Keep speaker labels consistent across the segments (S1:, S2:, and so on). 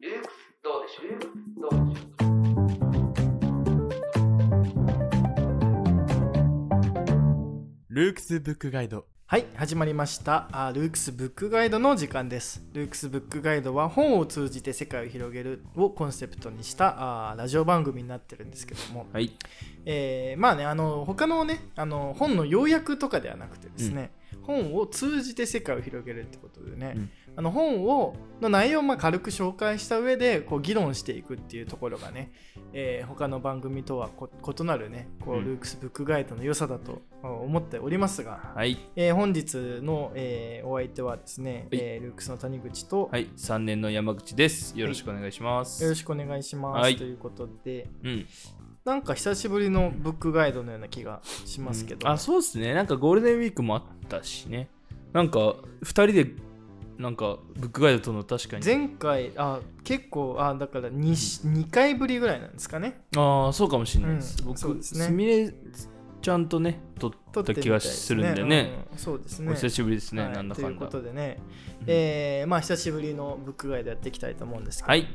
S1: ルークスどうでしょうルークスどうでしょう
S2: ルークスブックガイド
S3: はい始まりましたあールークスブックガイドの時間ですルークスブックガイドは本を通じて世界を広げるをコンセプトにしたあーラジオ番組になってるんですけども、
S2: はい
S3: えーまあねあの他のねあの本の要約とかではなくてですね、本を通じて世界を広げるってことでね、
S2: うん
S3: あの本をの内容をまあ軽く紹介した上でこう議論していくっていうところがね、えー他の番組とはこ異なるねこう、
S2: うん
S3: ルークスブックガイドの良さだとあ思っておりますが、
S2: はい
S3: えー本日の、えーお相手はですね、
S2: い
S3: えールークスの谷口と、
S2: はい3年の山口ですよろしくお願いしま
S3: よろ
S2: す
S3: しくお願いします、
S2: はい
S3: ということで
S2: うん
S3: なんか久しぶりのブックガイドのような気がしますけど、
S2: あそうですねなんかゴールデンウィークもあったしねなんか2人でなんかブックガイドとの確かに
S3: 前回あ結構あだから 2, 2回ぶりぐらいなんですかね
S2: ああそうかもしれないです、
S3: うん
S2: 僕
S3: そうですね
S2: みれちゃんとね撮
S3: 撮
S2: っ
S3: っ
S2: た
S3: てみたい
S2: 気がするんでね
S3: うんそうです
S2: お
S3: ね
S2: 久しぶりですね、
S3: はい
S2: なんだ
S3: と
S2: か
S3: いうんこ
S2: だ
S3: とでね、
S2: うん
S3: えーまあ久しぶりのブックガイドやっていきたいと思うんですけど、
S2: はい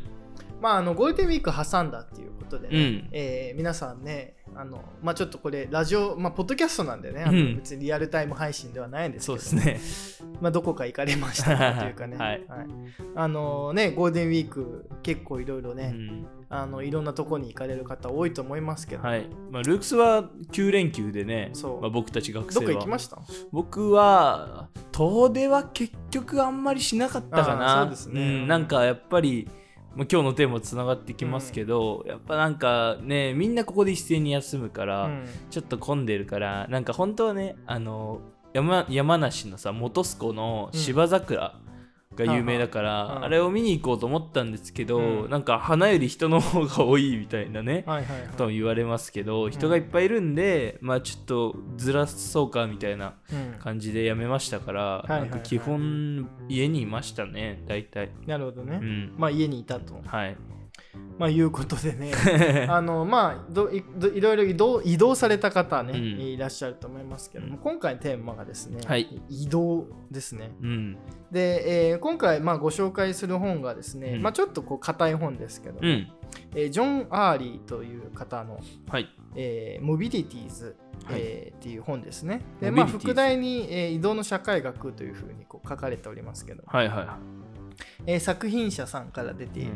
S3: まああのゴールデンウィーク挟んだっていうことでね、
S2: うん
S3: えー皆さんねあの、まあ、ちょっとこれラジオ、まあ、ポッドキャストなんでね、あ
S2: う
S3: の
S2: ん
S3: 別にリアルタイム配信ではないんですけ
S2: そう
S3: ど
S2: ですね
S3: まあ、どこか行かれましたかというか ね
S2: はい
S3: あのねゴールデンウィーク結構いろいろ
S2: う
S3: ね、
S2: ん
S3: あのいろんなとこに行かれる方多いと思いますけど、
S2: はい、まあ、ルークスは9連休でね
S3: そう
S2: まあ、僕たち学生
S3: ど
S2: は
S3: こ行きました
S2: 僕は遠出は結局あんまりしなかったかな
S3: あーそうですね
S2: んなんかやっぱりまあ今日のテーマつながってきますけど、やっぱなんかねみんなここで一斉に休むから、
S3: うん
S2: ちょっと混んでるからなんか本当はねあの山山梨のさ本栖湖の芝桜が有名だから、
S3: うん
S2: あれを見に行こうと思ったんですけど、
S3: うん
S2: なんか花より人の方が多いみたいなね、
S3: はいはいはい
S2: とも言われますけど人がいっぱいいるんで、まあちょっとずらそうかみたいな
S3: うん
S2: 感じでやめましたから、
S3: いはいはい
S2: なんか基本家にいましたね大体
S3: なるほどね、
S2: うん
S3: まあ家にいたと、
S2: はい
S3: まあ、いうこと でねあのまあどいどいろいろ移動移動された方ね、
S2: うん
S3: いらっしゃると思いますけども、
S2: うん
S3: 今回のテーマがですね、
S2: はい
S3: 移動ですね
S2: うん
S3: で、えー今回まあご紹介する本がですね、
S2: うん
S3: まあ、ちょっとこう硬い本ですけど、
S2: うん
S3: えージョン・アーリーという方の
S2: はい
S3: 「えーモビリティーズ」
S2: はい
S3: えーっていう本ですね。で、
S2: モビリ
S3: まあ、
S2: ティーズ
S3: 副題に、えー移動の社会学」というふうにこう書かれておりますけど、
S2: はいは
S3: えー作品者さんから出て
S2: い
S3: いる、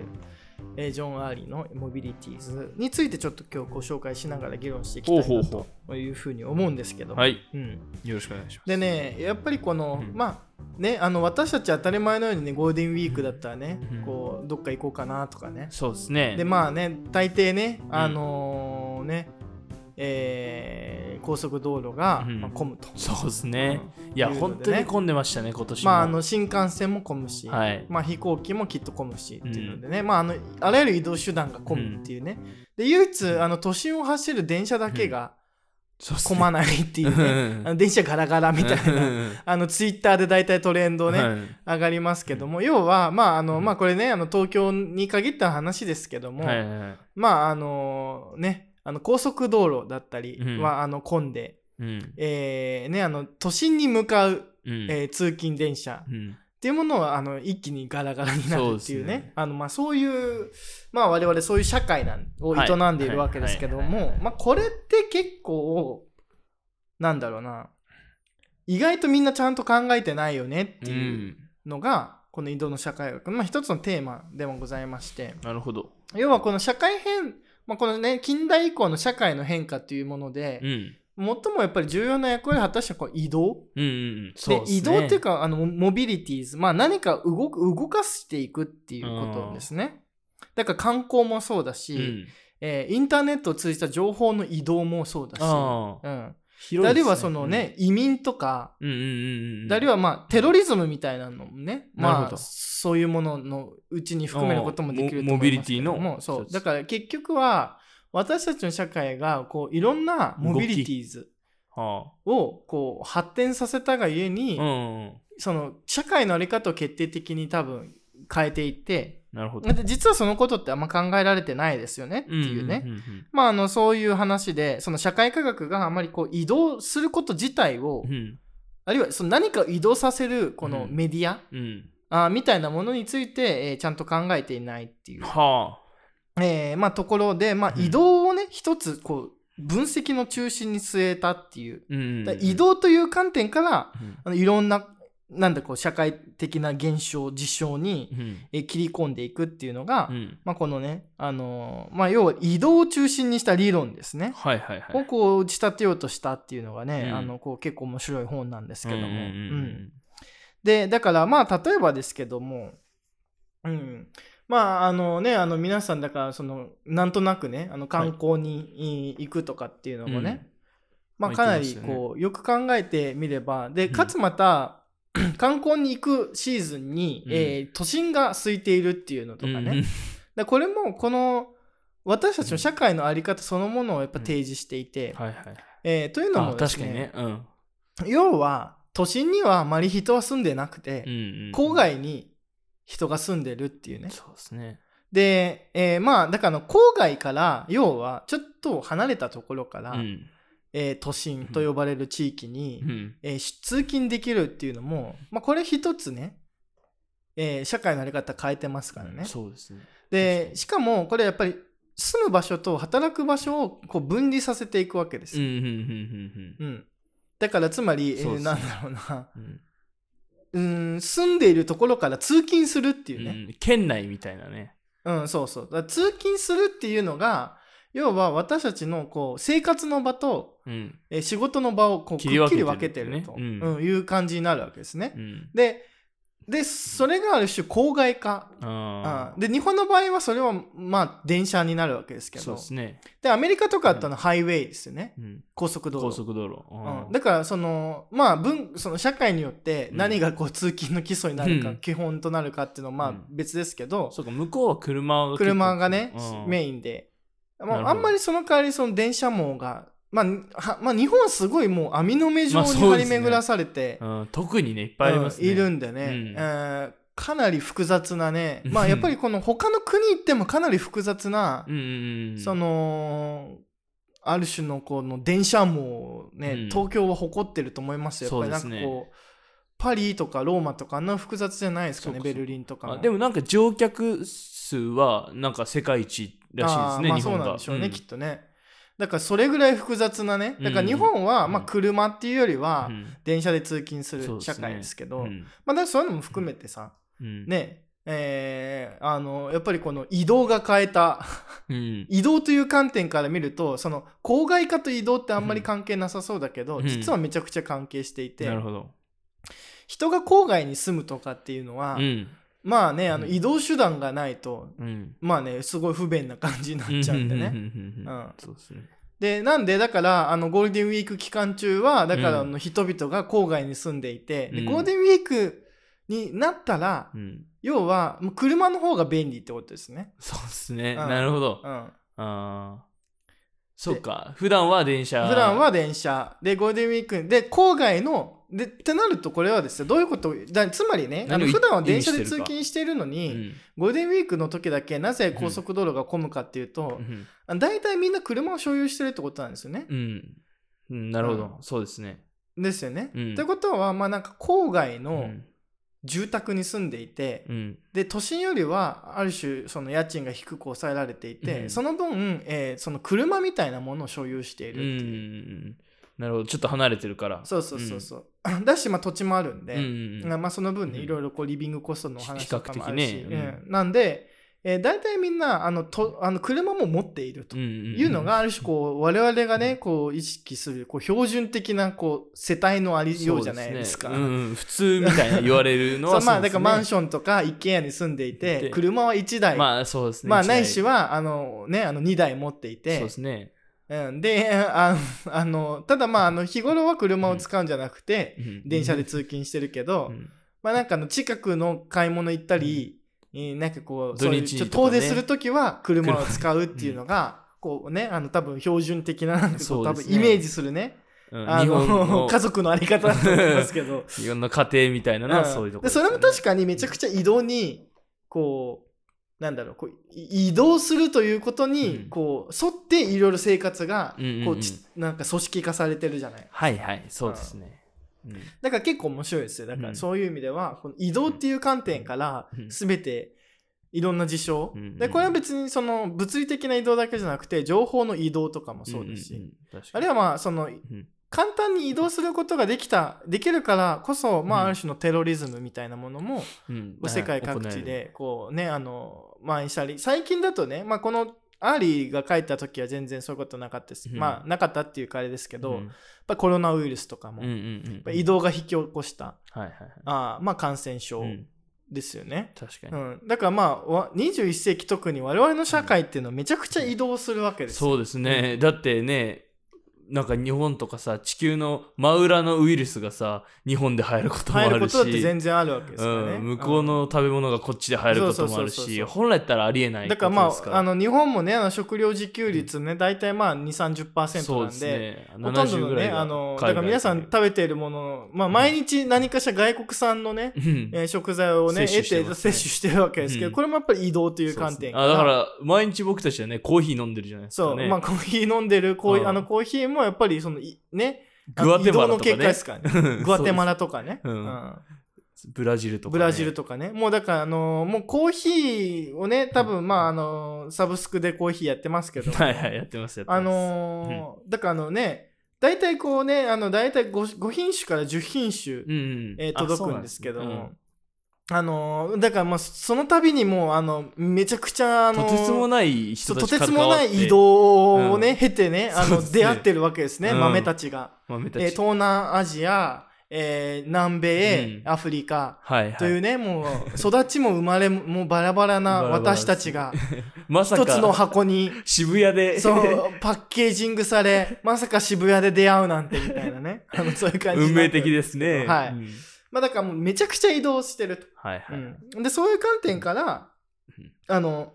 S3: えージョン・アーリーの「モビリティーズ」についてちょっと今日ご紹介しながら議論していき
S2: ほう
S3: た
S2: ほう
S3: いな
S2: ほ
S3: というふうに思うんですけど、
S2: うはい
S3: うん、
S2: よろしくお願いします
S3: でねやっぱりこの、
S2: うん
S3: まあねあの私たち当たり前のようにねゴールデンウィークだったらね、
S2: うん
S3: こうどっか行こうかなとかね、
S2: そうですね
S3: でまあね大抵ねあのね、えー高速道路が、
S2: うん
S3: まあ、混むと、
S2: そうですね、い
S3: と
S2: や
S3: いうので
S2: 本当
S3: ね
S2: に混んでましたね今年も
S3: まああの新幹線も混むし、
S2: はい
S3: まあ、飛行機もきっと混むしっていうのでね、まあ、あのあらゆる移動手段が混むっていうね、で唯一あの都心を走る電車だけが
S2: そうっすね
S3: 混まないっていうね、
S2: うん
S3: あの電車ガラガ ラみたいな。
S2: うん
S3: あのツイッターで大体トレンドね、
S2: はい
S3: 上がりますけども、要は、まあ、あの、まあ、これね、あの、東京に限った話ですけども、
S2: はいはいはい
S3: まあ、あの、ね、あの、高速道路だったり
S2: うん
S3: は、あの、混んで、
S2: うん
S3: えーね、あの、都心に向かう、
S2: うん
S3: えー通勤電車っ
S2: うん
S3: ていうものは、あの、一気にガラガラになるってい
S2: そう
S3: う
S2: です
S3: ね
S2: ね、
S3: あの、まあ、そういう、まあ、我々そういう社会なんを
S2: はい
S3: 営んでいるわけですけど
S2: はいはいはい
S3: も
S2: は、い
S3: まあ、これって結構、なんだろうな、意外とみんなちゃんと考えてないよねって
S2: う
S3: いう、
S2: ん
S3: のがこの移動の社会学の、まあ、一つのテーマでもございまして
S2: なるほど
S3: 要はこの社会変、まあ、このね近代以降の社会の変化というもので
S2: う、ん
S3: 最もやっぱり重要な役割を果たしたこう移動
S2: うんうんそうっすね
S3: 移動っていうかあのモビリティーズ、まあ、何か動く動かしていくっていうことですね。だから観光もそうだし、
S2: うん
S3: えーインターネットを通じた情報の移動もそうだし、
S2: ああ
S3: うん、
S2: 広いっすね
S3: あるいはそのね、移民とか
S2: うんうんうんうん
S3: あるいはまあテロリズムみたいなのもね、
S2: なるほど
S3: まあ、そういうもののうちに含めることもできると思います
S2: モモビリティの
S3: もうそう
S2: 一つ
S3: だから結局は私たちの社会がこういろんなモビリティーズ
S2: は
S3: をこう発展させたがゆえに、
S2: あうん
S3: その社会の在り方を決定的に多分変えていって
S2: なるほど
S3: で実はそのことってあんま考えられてないですよねっていうね、
S2: んうんうん
S3: まああのそういう話でその社会科学があまりこう移動すること自体を、
S2: うん
S3: あるいはその何かを移動させるこのメディア、
S2: うん
S3: あーみたいなものについて、えーちゃんと考えていないっていう、
S2: は
S3: えーまあ、ところで、まあ、
S2: うん
S3: 移動をね、一つこう分析の中心に据えたってい
S2: あ、
S3: う
S2: うん
S3: だから移、動という観点から
S2: うん
S3: あのいろんななんだこう社会的な現象事象に、
S2: うん
S3: えー切り込んでいくっていうのが、
S2: うん、
S3: まあ、このね、あのーまあ、要は移動を中心にした理論ですね、
S2: はいはいはい
S3: をこう打ち立てようとしたっていうのがね、
S2: うん
S3: あのこう結構面白い本なんですけども、
S2: うんうんうん
S3: うんでだからまあ例えばですけども、うん、まああのねあの皆さんだからそのなんとなくねあの観光にい行くとかっていうのもね、
S2: うん
S3: まあ、
S2: まあ
S3: かな
S2: 行
S3: り
S2: きますよね
S3: こうよく考えてみればで
S2: うん
S3: かつまた、 観光に行くシーズンに、
S2: うん
S3: えー都心が空いているっていうのとかね、
S2: うんうん
S3: でこれもこの私たちの社会の在り方そのものをやっぱ提示していて、
S2: はいはい
S3: えーというのも
S2: あ
S3: で
S2: 確
S3: す
S2: かにね、うんうん
S3: 要は都心にはあまり人は住んでなくて、
S2: うん、
S3: 郊外に人が住んでるっていうね。
S2: そうですね
S3: で、えーまあだから郊外から要はちょっと離れたところから、
S2: うん
S3: えー都心と呼ばれる地域に、
S2: うん
S3: えーし通勤できるっていうのも、まあ、これ一つね、えー社会のあり方変えてますからね。
S2: そうですね
S3: でしかもこれやっぱり住む場所と働く場所をこう分離させていくわけです
S2: うんう
S3: よ。
S2: んうん
S3: うんだからつまり、えー
S2: そうですね
S3: なんだろうな
S2: うんうん
S3: うーん住んでいるところから通勤するっていううんね。
S2: うん県内みたいなね
S3: うん、そうそう。だから通勤するっていうのが、要は私たちのこう生活の場と、
S2: うん
S3: えー仕事の場をこう
S2: 切り
S3: くっ
S2: 分け
S3: き
S2: て
S3: り
S2: る
S3: 分けてると、
S2: うん
S3: うんいう感じになるわけですね。
S2: うん
S3: で、で、それがある種郊外化。
S2: あ
S3: うんで、日本の場合はそれはまあ電車になるわけですけ
S2: あそう
S3: ど
S2: で、すね、
S3: で、アメリカとかだったのハイウェイですよね。
S2: うん、
S3: 高速道路。
S2: 高速道路、
S3: うん、だからそのまあ文その社会によって何がこう通勤の基礎になるか、
S2: うん
S3: 基本となるかっていうのはま
S2: う
S3: あ
S2: ん
S3: 別ですけど、
S2: そうか向こうは車が
S3: 車がね、
S2: イ
S3: メインで、ま
S2: なるほ
S3: あ、
S2: ど
S3: あんまりその代わりその電車網が、まあはまあ、日本はすごいもう網の目
S2: ま
S3: 状
S2: あ
S3: に
S2: そう
S3: 張
S2: で
S3: り
S2: すね
S3: 巡らされて、
S2: うん、特にねいっぱいありますね、
S3: うんいるんで
S2: う
S3: ね、
S2: ん
S3: えーかなり複雑なね、まあ、やっぱりこの他の国行ってもかなり複雑な、
S2: うんうんうん
S3: そのある種のこの電車網をね、
S2: うん
S3: 東京は誇ってると思いますよやっぱりなん
S2: そ
S3: か
S2: う
S3: こう
S2: ですね
S3: パリとかローマとかあんな複雑じゃないですかね
S2: そうかそう
S3: ベ
S2: か
S3: ルリンとか
S2: あでもなんか乗客数はなんか世界一らしいですね、
S3: あーまあ
S2: 日本が
S3: そうなんでしょうね、きっとねだからそれぐらい複雑なねだから日本は、
S2: うん
S3: まあ、車っていうよりは、
S2: うん
S3: 電車で通勤す
S2: そう
S3: る
S2: ですね
S3: 社会ですけど
S2: うん
S3: まあ、だからそういうのも含めてさ、
S2: うん
S3: ねえーあのやっぱりこの移動が変えた
S2: うん
S3: 移動という観点から見るとその郊外化と移動ってあんまり関係なさそうだけど、
S2: うん
S3: 実はめちゃくちゃ関係していて、
S2: なるほど、
S3: 人が郊外に住むとかっていうのは、
S2: うん
S3: まあねあの
S2: うん
S3: 移動手段がないと、
S2: うん、
S3: まあねすごい不便な感じになっちゃうんで
S2: うんうんうん
S3: ね。
S2: うん
S3: うん
S2: そうですね
S3: でなんでだからあのゴールデンウィーク期間中はだからあ
S2: うん
S3: の人々が郊外に住んでいて、で
S2: うん
S3: ゴールデンウィークになったら、
S2: うん
S3: 要はもう車の方が便利ってことですね。
S2: そうですね、
S3: うん
S2: なるほど、
S3: う
S2: あ
S3: ん、
S2: あーそうか普段は電車
S3: 普段は電車でゴールデンウィークで郊外のでってなるとこれはですねどういうことだつまりねあ
S2: 何
S3: の
S2: を
S3: 普段は電車
S2: 意
S3: で
S2: 味して
S3: 通
S2: るか
S3: 勤しているのに、
S2: うん
S3: ゴールデンウィークの時だけなぜ高速道路が混むかっていうと
S2: う、ん
S3: あ大体みんな車を所有してるってことなんですよね。
S2: うんうん、なるほど、
S3: う
S2: そうですね、
S3: ですよね。
S2: うん
S3: ということはまあなんか郊外
S2: う
S3: の
S2: ん
S3: 住宅に住んでいて、
S2: うん
S3: で都心よりはある種その家賃が低く抑えられていて、
S2: うん
S3: その分、えーその車みたいなものを所有してい
S2: うんう
S3: るっていう、
S2: んなるほどちょっと離れてるから
S3: そうそうそうそう、 だし、まあ、土地もあるんで、
S2: うんうんうん
S3: まあ、その分ね、
S2: うん
S3: いろいろこうリビングコストのお話とかもあるし、
S2: 比較的ね
S3: うんなんで、えー、大体みんなあのとあの車も持っていると
S2: うんんん
S3: いうのがある種こう我々がねこう意識するこう標準的なこう世帯のありようじゃないですか。
S2: そうねうんうん、普通みたいな言われるの
S3: そ
S2: は
S3: うまあだからマン
S2: ョ
S3: ションとか一軒家に住んでいて
S2: で
S3: 車は1台
S2: まあそうですね。
S3: まあ
S2: 一台
S3: ないしはあのねあの2台持ってい
S2: そう
S3: て
S2: ですね。
S3: うんであのあのただまああの日頃は車を使うんじゃなくて、
S2: うん
S3: 電車で通勤してるけど、
S2: うん
S3: まあなんかあの近くの買い物行ったり、えーなんかこう
S2: 土日
S3: そうい
S2: に
S3: うちょっと
S2: と
S3: 遠
S2: かね
S3: 出する時は車を使うっていうのが、こうねあの多分標準的ななんかこう
S2: そ
S3: 多
S2: うで
S3: 分
S2: すね
S3: イメージするね
S2: うん
S3: あ
S2: 日本
S3: の
S2: の
S3: 家族のあり方だと思いますけど。
S2: 日本の家庭みたいなのはそういうとこ
S3: で
S2: ろ
S3: それも確かにめちゃくちゃ移動にこうなんだろうこうい移動するということに
S2: うん
S3: こう沿っていろいろ生活が
S2: うんうんうん
S3: こうちなんか組織化されてるじゃない。
S2: はいはい、そうですね。うん
S3: だから結構面白いですよ。だか
S2: う
S3: ら
S2: ん
S3: そういう意味では、この移動っていう観点から
S2: うん
S3: 全ていろんな事象、
S2: うん
S3: でこれは別にその物理的な移動だけじゃなくて情報の移動とかもそうですし、
S2: んんん確か
S3: あ
S2: に
S3: るいはまあその
S2: うん
S3: 簡単に移動することができたできるからこそ、ま
S2: う
S3: あ、
S2: ん
S3: ある種のテロリズムみたいなものも、
S2: うん
S3: 世界各
S2: 行
S3: 地
S2: える
S3: でこうねあの蔓延したり最近だとね、まあ、このアーリーが書いた時は全然そういうことなかったです、
S2: うん
S3: まあなかったっていうかあれですけど、
S2: う
S3: やっ
S2: ん
S3: ぱりコロナウイルスとかも、
S2: うんう
S3: やっ
S2: んうん
S3: ぱり移動が引き起こした
S2: はいはいはい
S3: あーまあ感染症
S2: うん
S3: ですよね、
S2: 確か
S3: う
S2: に
S3: んだからまあわ21世紀特に我々の社会っていうのはめちゃくちゃ移動するわけですよ、
S2: そうですね、だってねなんか日本とかさ地球の真裏のウイルスがさ日本で入ることもあ
S3: 入るこ
S2: るし
S3: とだって全然あるわけですからね、
S2: うん、向こうの食べ物がこっちで入ることもある
S3: そうそうそうそう
S2: し
S3: そう
S2: 本来やったらありえないこ
S3: だ
S2: と
S3: からま
S2: ですから
S3: ああの日本もねあの食料自給率ね、大体まあ2 3 0なんで
S2: ね
S3: ほとんど
S2: 70
S3: の
S2: ぐらい
S3: ね
S2: が
S3: あの
S2: 海
S3: だ
S2: 外
S3: から皆さん食べているものの、まあ、毎日何かしら外国産 のね、
S2: うん
S3: えー食材をね
S2: 摂取し
S3: 得
S2: て
S3: て
S2: ま
S3: 摂
S2: すね
S3: 取してるわけですけど、
S2: うん
S3: これもやっぱり移動という
S2: そうで
S3: 観
S2: すね
S3: 点
S2: あだから毎日僕たちはねコーヒー飲んでるじゃないです
S3: そ
S2: か、
S3: う、
S2: ね、
S3: まあコーヒー飲んでるコーヒー
S2: うん
S3: あのコーヒーもやっぱりそのいねあの
S2: グアテマ
S3: 移動
S2: ラ
S3: の
S2: と
S3: 結
S2: か
S3: 果
S2: ね
S3: ですからねグアテマラとかね、
S2: うん
S3: うん
S2: ブラジルとか、ね、
S3: ブラジルとかね。もうだから、あのーもうコーヒーをね、多分、まあ、あのーサブスクでコーヒーやってますけど。
S2: はい はいやってますやってます
S3: あのーだからあのね、大体こうね、あの、大体 5, 5品種から10品種、
S2: うんうん
S3: えー
S2: あ
S3: 届
S2: そう
S3: く
S2: なんん
S3: ですけど
S2: ね
S3: も。あのーだからまあ、その度にもう、あの、めちゃくちゃ、あ
S2: うん
S3: のー
S2: とてつもない人
S3: そう
S2: た
S3: と
S2: ち
S3: て
S2: から
S3: つ
S2: 変
S3: も
S2: わ
S3: な
S2: って
S3: い移動をね、
S2: うん
S3: 経てね、あ
S2: そう
S3: の、
S2: ですね
S3: 出会ってるわけですね、
S2: うん
S3: 豆たちが。
S2: 豆たち、
S3: えー東南アジア、えー南米、
S2: うん
S3: アフリカ、
S2: はいはい
S3: というね、もう育ちも生 まれももうバラバラ
S2: バラ
S3: な
S2: バラで
S3: 私
S2: す
S3: たちが
S2: まさか
S3: 一つの箱 に
S2: 渋谷で
S3: そうパッケージングされまさか渋谷で出会うなんてみたいなねあのそういう感じに
S2: 運
S3: なっ
S2: 命
S3: てる
S2: 的ですね。
S3: はい
S2: うん
S3: まあだからもうめちゃくちゃ移動してると、
S2: はいはい。
S3: うん、でそういう観点から
S2: うん
S3: あの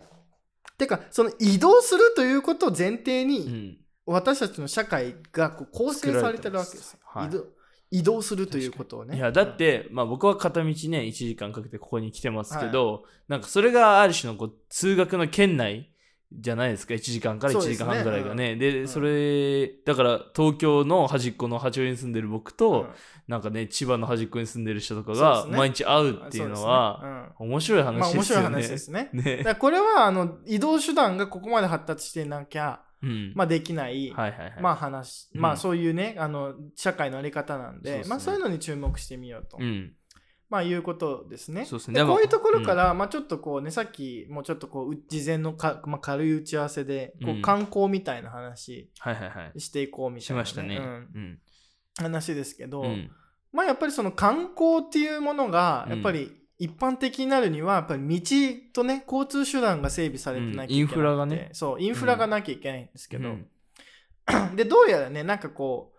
S3: てかその移動するということを前提に、
S2: うん
S3: 私たちの社会がこう構成されてるわけですよ、
S2: 作られ
S3: 移
S2: て
S3: 動移動するということをね
S2: いやだっ
S3: うん
S2: て、まあ、僕は片道ね1時間かけてここに来てますけど、なんかそれがある種のこう通学の圏内じゃないですか1時間から1
S3: そうで
S2: 時
S3: すね
S2: 間半ぐらいがねで
S3: うん
S2: それだから東京の端っこの八王子に住んでる僕と、
S3: うん
S2: なんかね千葉の端っこに住んでる人とか
S3: そう
S2: が
S3: ですね
S2: 毎日会うっていうのは
S3: そうですね
S2: 面白い
S3: うんまあ
S2: 話で
S3: 面
S2: す
S3: 白い
S2: よね。
S3: 話ですねだ
S2: ね
S3: か。らこれはあの移動手段がここまで発達してなきゃ、
S2: うん
S3: まあ、できない、
S2: はいはいはい。
S3: まあ話、
S2: うん
S3: まあそういうねあの社会のあり方なんで
S2: そうですね
S3: まあ、そういうのに注目してみようと、
S2: うん、
S3: まあ、いうことですね。
S2: そうですね
S3: で
S2: でも
S3: こういうところから、まあ、ちょっとこうねさっきもうちょっとこうう事前のか、まあ、軽い打ち合わせでこ
S2: う
S3: うん観光みたいな話
S2: はいはいはい。
S3: していこうみ
S2: した
S3: いな、
S2: ましたね。
S3: うん
S2: うん
S3: 話ですけど、
S2: うん
S3: まあ、やっぱりその観光っていうものが
S2: うん
S3: やっぱり一般的になるにはやっぱり道とね交通手段が整備されてなきゃいけなくて、
S2: うんインフラがね
S3: そうインフラがなきゃいけないんですけど、
S2: うん
S3: でどうやらねなんかこう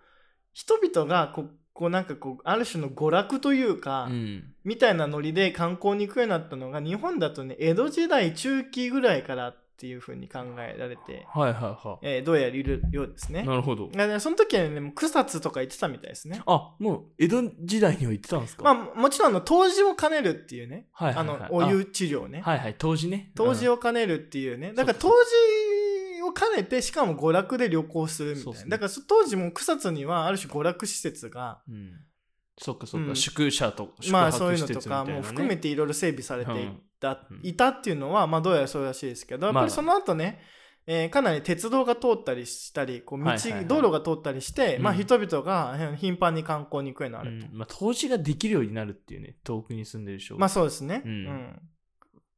S3: 人々がこうこうなんかこうある種の娯楽というか、
S2: うん
S3: みたいなノリで観光に行くようになったのが日本だとね江戸時代中期ぐらいからっていうふうに考えられて、
S2: はいはいは
S3: えーどうやらいるようです
S2: い。
S3: ね。
S2: なるほど。
S3: だからその時はねもう草津とか行ってたみたいですね。
S2: あもう江戸時代には行ってたんですか、
S3: まあ、もちろんあの当時を兼ねるっていうね、
S2: はいはいはい
S3: あのお湯治療ね、
S2: はいはい、当時ね。
S3: 当時
S2: を、
S3: を兼ねるっていうね、だから当
S2: そう
S3: 時を兼ねてしかも娯楽で旅行するみたい
S2: そう
S3: な、
S2: っすね
S3: だからそ当時も草津にはある種娯楽施設が
S2: うん、そっかそっか、
S3: うん
S2: 宿舎と宿泊施設みたいな、ね。
S3: まあそういうのとかも含めていろいろ整備されていた,、
S2: うん
S3: いたっていうのはまあどうやらそうらしいですけどやっぱりその後ね、えーかなり鉄道が通ったりしたりこう道、
S2: はいはいはい
S3: 道路が通ったりして、
S2: うん
S3: まあ、人々がえー頻繁に観光に行くようにな
S2: う
S3: ると、
S2: んまあ、当時ができるようになるっていうね、遠くに住んでる人が
S3: まあそうですね、う
S2: うんん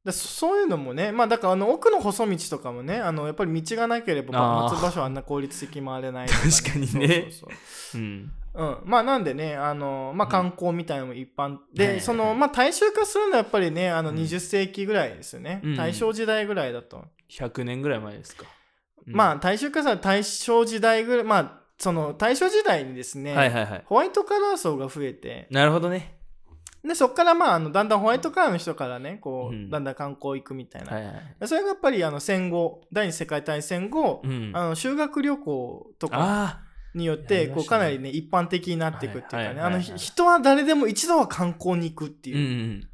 S3: だそそういうのもねまあだからあの奥の細道とかもねあのやっぱり道がなければ
S2: あー
S3: 松場所はあんな効率的に回れないとか、
S2: 確かにね
S3: そうそうそう
S2: うん
S3: うん、まあなんでね、あのまあ、観光みたいなのも一般、
S2: はいはいは
S3: で
S2: い
S3: その、まあ、大衆化するのはやっぱりねあの
S2: うん
S3: 20世紀ぐらいですよね、
S2: うん
S3: 大正時代ぐらいだと、
S2: 100年ぐらい前ですか。
S3: まあ大衆化さ大正時代ぐらいまあその大正時代にです
S2: あ
S3: ね、
S2: はいはいはい。
S3: ホワイトカラー層が増えて
S2: なるほどね。
S3: でそこからまああのだんだんホワイトカラーの人からねこう、
S2: うん
S3: だんだん観光行くみたいな、
S2: はいはい。
S3: それがやっぱりあの戦後第二次世界大戦後、
S2: うん、
S3: あの修学旅行とか
S2: あ
S3: によっ
S2: や
S3: て
S2: りま
S3: こう
S2: した
S3: か
S2: ね
S3: なりね一般的になっていくっていうか
S2: はい
S3: ね
S2: はい
S3: あ
S2: はい
S3: の
S2: はい
S3: ひ人は誰でも一度は観光に行くって
S2: ー
S3: いうう、
S2: んうん。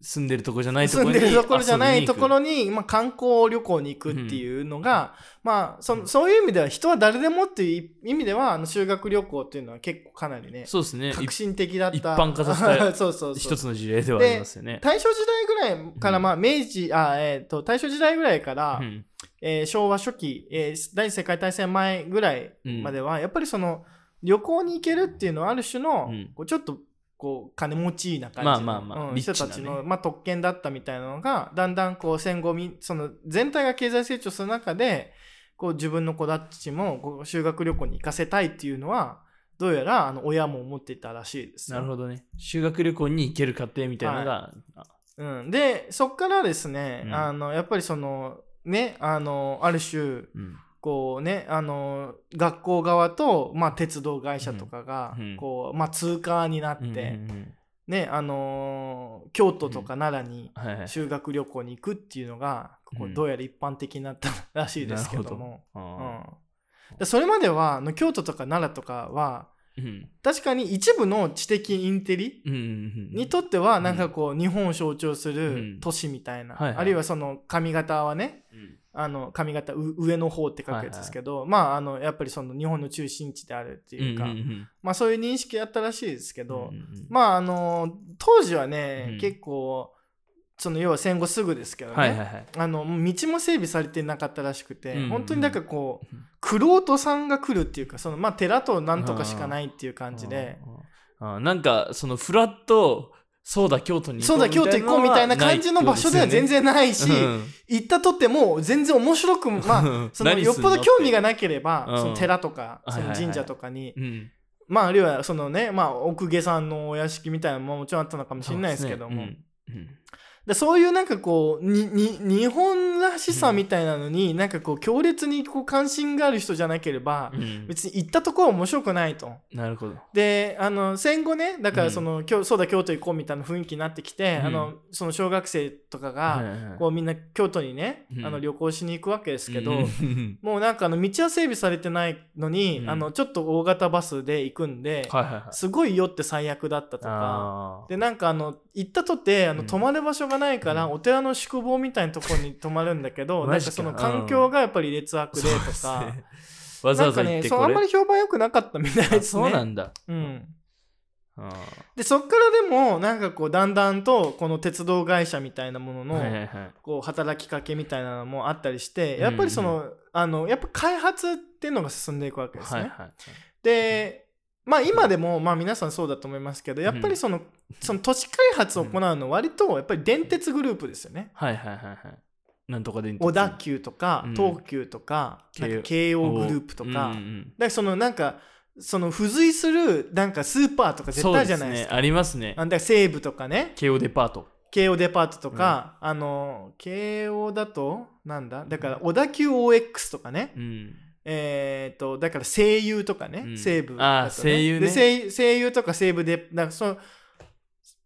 S2: 住んでるとこじゃないところ
S3: 住ん
S2: に
S3: でるところじゃないところ
S2: に
S3: に、まあ、観光旅行に行くっていうのが、まあ、そそういう意味では人は誰でもっていう意味ではあの修学旅行っていうのは結構かなりね
S2: そうですね
S3: 革新的だった
S2: 一般化させた
S3: そうそうそう
S2: 一つの事例ではありますよね
S3: 大正時代ぐらいから、まあ、明治、あ、えっ、と、大正時代ぐらいから、
S2: うん
S3: えー昭和初期、えー第二次世界大戦前ぐらいまでは、やっぱりその、旅行に行けるっていうのはある種の、
S2: うん
S3: こうちょっと、こう、金持ちな感じの、
S2: まあまあまあ
S3: うん
S2: リッチ
S3: 人
S2: なね
S3: たちの、まあ、特権だったみたいなのが、だんだんこう、戦後み、その、全体が経済成長する中で、こう、自分の子たちも、こう、修学旅行に行かせたいっていうのは、どうやら、あの、親も思っていたらしいですよ。
S2: なるほどね修学旅行に行ける過程みたいなのが
S3: うん、でそっからですね、
S2: うん
S3: あのやっぱりそのねあのある種
S2: うん
S3: こうねあの学校側と、まあ、鉄道会社とかが、
S2: うんうん
S3: こうまあ、通過になって、
S2: うんうんうん
S3: ねあのー京都とか奈良に
S2: はいはい
S3: 修学旅行に行くっていうのが、こ
S2: う
S3: うんどうやら一般的になったらしいですけど
S2: な
S3: も、
S2: あ
S3: う
S2: ー
S3: ん、でそれまではあの京都とか奈良とかは
S2: うん
S3: 確かに一部の知的インテリ
S2: うんうんうん
S3: にとってはなんかこう、日本を象徴する都市みたいな、
S2: うんはいはい
S3: あるいはその髪型はね
S2: うん
S3: あの髪型う上の方って書くやつですけど、まああのやっぱりその日本の中心地であるって
S2: うんう
S3: い
S2: ん
S3: うか、
S2: うん
S3: まあそういう認識やったらしいですけど、
S2: うんうんうん
S3: まああの当時はね、
S2: うん
S3: 結構その要は戦後すぐですけどね、
S2: はいはいはい
S3: あのもう道も整備されてなかったらしくて、
S2: うん
S3: 本当になんかこう
S2: うん
S3: 玄人さんが来るっていうかそのまあ寺となんとかしかないっていう感じで。
S2: あーあーなんかそのフラットそうだ京都に
S3: そうだ京都行こうみたいな感じの場所では全然ないし、行ったとっても全然面白くもまあ そのよっぽど興味
S2: が
S3: がなければ、
S2: うん
S3: その寺と
S2: は
S3: か
S2: い
S3: そ
S2: はいは
S3: の
S2: い
S3: 神社とかに、
S2: うん
S3: まああるいはそのねまあ奥下さんのお屋敷みたいなのももちろんあったのかもしれないですけど
S2: そ
S3: も、
S2: うですね
S3: でそういうなんかこうにに日本らしさみたいなのに、なんかこう強烈にこう関心がある人じゃなければ、
S2: うんうん
S3: 別に行ったところは面白くないと。
S2: なるほど
S3: であの戦後ねだか
S2: う
S3: ら
S2: ん
S3: その、今日そうだ京都行こうみたいな雰囲気になってきて、
S2: うん
S3: あのその小学生とかが、
S2: はいはいはい
S3: こうみんな京都にね、
S2: うん
S3: あの旅行しに行くわけですけど、
S2: うん
S3: もうなんかあの道は整備されてないのに、
S2: うん
S3: あのちょっと大型バスで行くんで、
S2: はいはいはい
S3: すごい酔って最悪だったとか。
S2: あー
S3: でなんかあの行ったとてあの
S2: うん
S3: 泊まる場所がないから、
S2: うん
S3: お寺の宿坊みたいなところに泊まるんだけどな
S2: マ
S3: ん
S2: ジ
S3: か
S2: か
S3: その環境がやっぱり劣悪でと
S2: そう
S3: か、
S2: ですねわざ
S3: な
S2: わ
S3: ん
S2: ざ
S3: か
S2: 行っ
S3: ね
S2: て
S3: そう
S2: こ
S3: あ
S2: れ
S3: んまり評判良くなかったみたいですね。
S2: そうなんだ
S3: うん、
S2: あ
S3: でそっからでもなんかこうだんだんとこの鉄道会社みたいなもの
S2: ー
S3: の、
S2: はいはいはい
S3: こう働きかけみたいなのもあったりして
S2: ん
S3: やっぱりその,、あのやっぱ開発っていうのが進んでいくわけですね。
S2: はいはい
S3: でまあ今でもまあ皆さんそうだと思いますけどやっぱりその,、その都市開発を行うのは割とやっぱり電鉄グループですよね。
S2: はいはいはいはいなんとかで
S3: 小田急とか
S2: うん
S3: 東急とか,、
S2: 京
S3: なんか京王グループとか、だ
S2: うんう
S3: か
S2: ん
S3: らそのなんかその付随するなんかスーパーとか絶対じゃないです
S2: そう
S3: か。
S2: ねありますね
S3: あだから西武とかね
S2: 慶応デパート
S3: 京王デパートとか、あの慶応だとなんだだから小田急 OX とかね、
S2: うん
S3: えー、とだから声優とかね、
S2: うん
S3: 西武
S2: あー
S3: だと
S2: 西友ね
S3: で声声優とか西武でだからその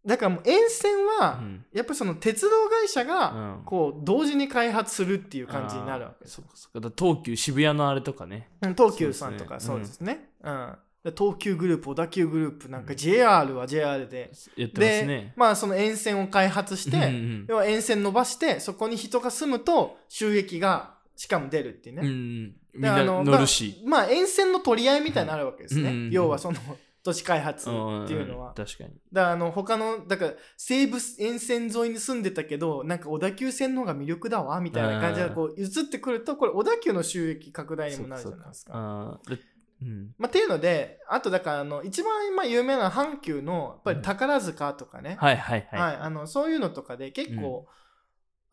S3: だからもう沿線
S2: う
S3: は、
S2: ん
S3: やっぱりその鉄道会社が、
S2: うん
S3: こう同時に開発するっていう感じになるわけ
S2: あー
S3: です
S2: そうかそうかだから東急渋谷のあれとかね
S3: うん東急さんとか
S2: そ
S3: そうう
S2: で
S3: ですすね、うんで東急グループ小田急グループなんか JR は JR で、
S2: やってます
S3: で
S2: ね
S3: まあその沿線を開発して、
S2: うん
S3: 要は沿線伸ばしてそこに人が住むと収益がしかも出るっていう
S2: うんうん、うん
S3: ね、
S2: うんみん
S3: であ
S2: な
S3: の
S2: 乗るし、
S3: まあ、まあ沿線の取り合いみたいになるわけですね、
S2: うん
S3: 要はその都市開発
S2: んんん
S3: っていうのは、だか
S2: 確かに
S3: らあの他のだから西武沿線沿いに住んでたけどなんか小田急線の方が魅力だわみたいな感じで
S2: うん
S3: こう移ってくるとこれ小田急の収益拡大にもなるじゃないですか。
S2: あーでうん
S3: まあ、っていうのであとだからあの一番今有名な阪急のやっぱり宝塚とかね、
S2: はいはいはい、
S3: はい、あのそういうのとかで結構、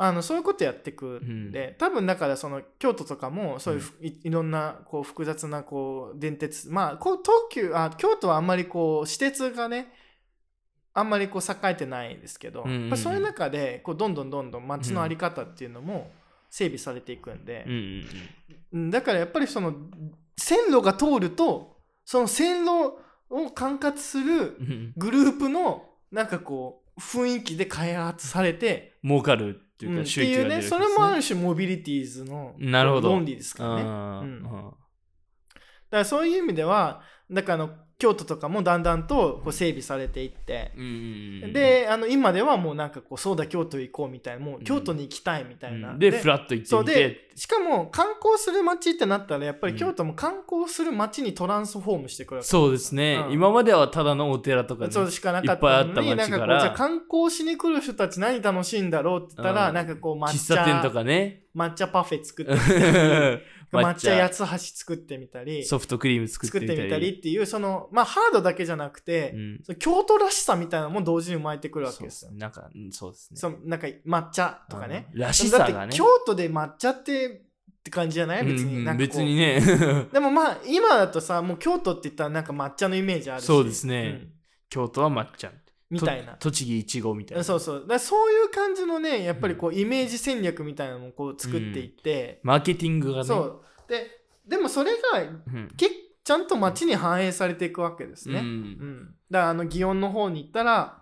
S3: あのそういうことやってくんで、多分だからその京都とかもそういうふ、いいろんなこう複雑なこう電鉄まあこう東急あ京都はあんまりこう私鉄がねあんまりこう栄えてないですけど、
S2: うんうんうん
S3: やっぱそういう中でこうどんどんどんどん街の在り方っていうのも整備されていくんで
S2: うん、うん
S3: うんだからやっぱりその線路が通るとその線路を管轄する
S2: うんうん、
S3: グループのなんかこう雰囲気で開発されて
S2: 儲かるっていう
S3: うん
S2: か
S3: って
S2: 収益
S3: い
S2: が
S3: う
S2: 出るわけ
S3: ね
S2: です
S3: それもある種モビリティーズの
S2: なるほど
S3: 論理ですからねだか
S2: あー
S3: うんらそういう意味ではだからあの京都とかもだんだんとこう整備されていって、
S2: うん
S3: であの今ではもうなんかこうそうだ京都行こうみたいなもう京都に行きたいみた
S2: う
S3: いな、
S2: んでフラッと行って
S3: そう
S2: みて
S3: でしかも観光する街ってなったらやっぱり京都も観光する街にトランスフォームしてくれるわけ
S2: そうですね、
S3: うん
S2: 今まではただのお寺とか、ね、
S3: そうしかなかったのに
S2: いっぱいあった街
S3: なんかこ
S2: か
S3: う
S2: ら
S3: じゃあ観光しに来る人たち何楽しいんだろうって言ったら、
S2: うん
S3: なんかこう抹
S2: 喫
S3: 茶
S2: 茶店とかね
S3: 抹茶パフェ作ってみ たり
S2: 抹
S3: 抹茶八つ橋作ってみたり
S2: ソフトクリーム作
S3: 作
S2: っ
S3: ってて
S2: みたり
S3: みたりっていうそのまあハードだけじゃなくて、
S2: うん
S3: その京都らしさみたいなのも同時に生まれてくるわ
S2: そう
S3: けで
S2: ですす
S3: よ。
S2: ねなんかうんそうですね
S3: そのなんか抹茶とかね。
S2: うんらしさ
S3: だ
S2: が
S3: っ
S2: ね
S3: て京都で抹茶ってって感じじゃない別
S2: うんう
S3: に
S2: ん
S3: なんかこう
S2: 別にね
S3: でもまあ今だとさもう京都って言ったらなんか抹茶のイメー ジあるし
S2: そうですね
S3: ん
S2: 京都は抹茶
S3: みたいな
S2: と栃木いちごみたいな
S3: そうそうだからそういう感じのねやっぱりこうイメージ戦略みたいなのもこう作っていって、
S2: マーケティングがね
S3: そうででもそれが
S2: うん、うん
S3: けちゃんと街に反映されていくわけですね、うん、だからあの祇園の方に行ったら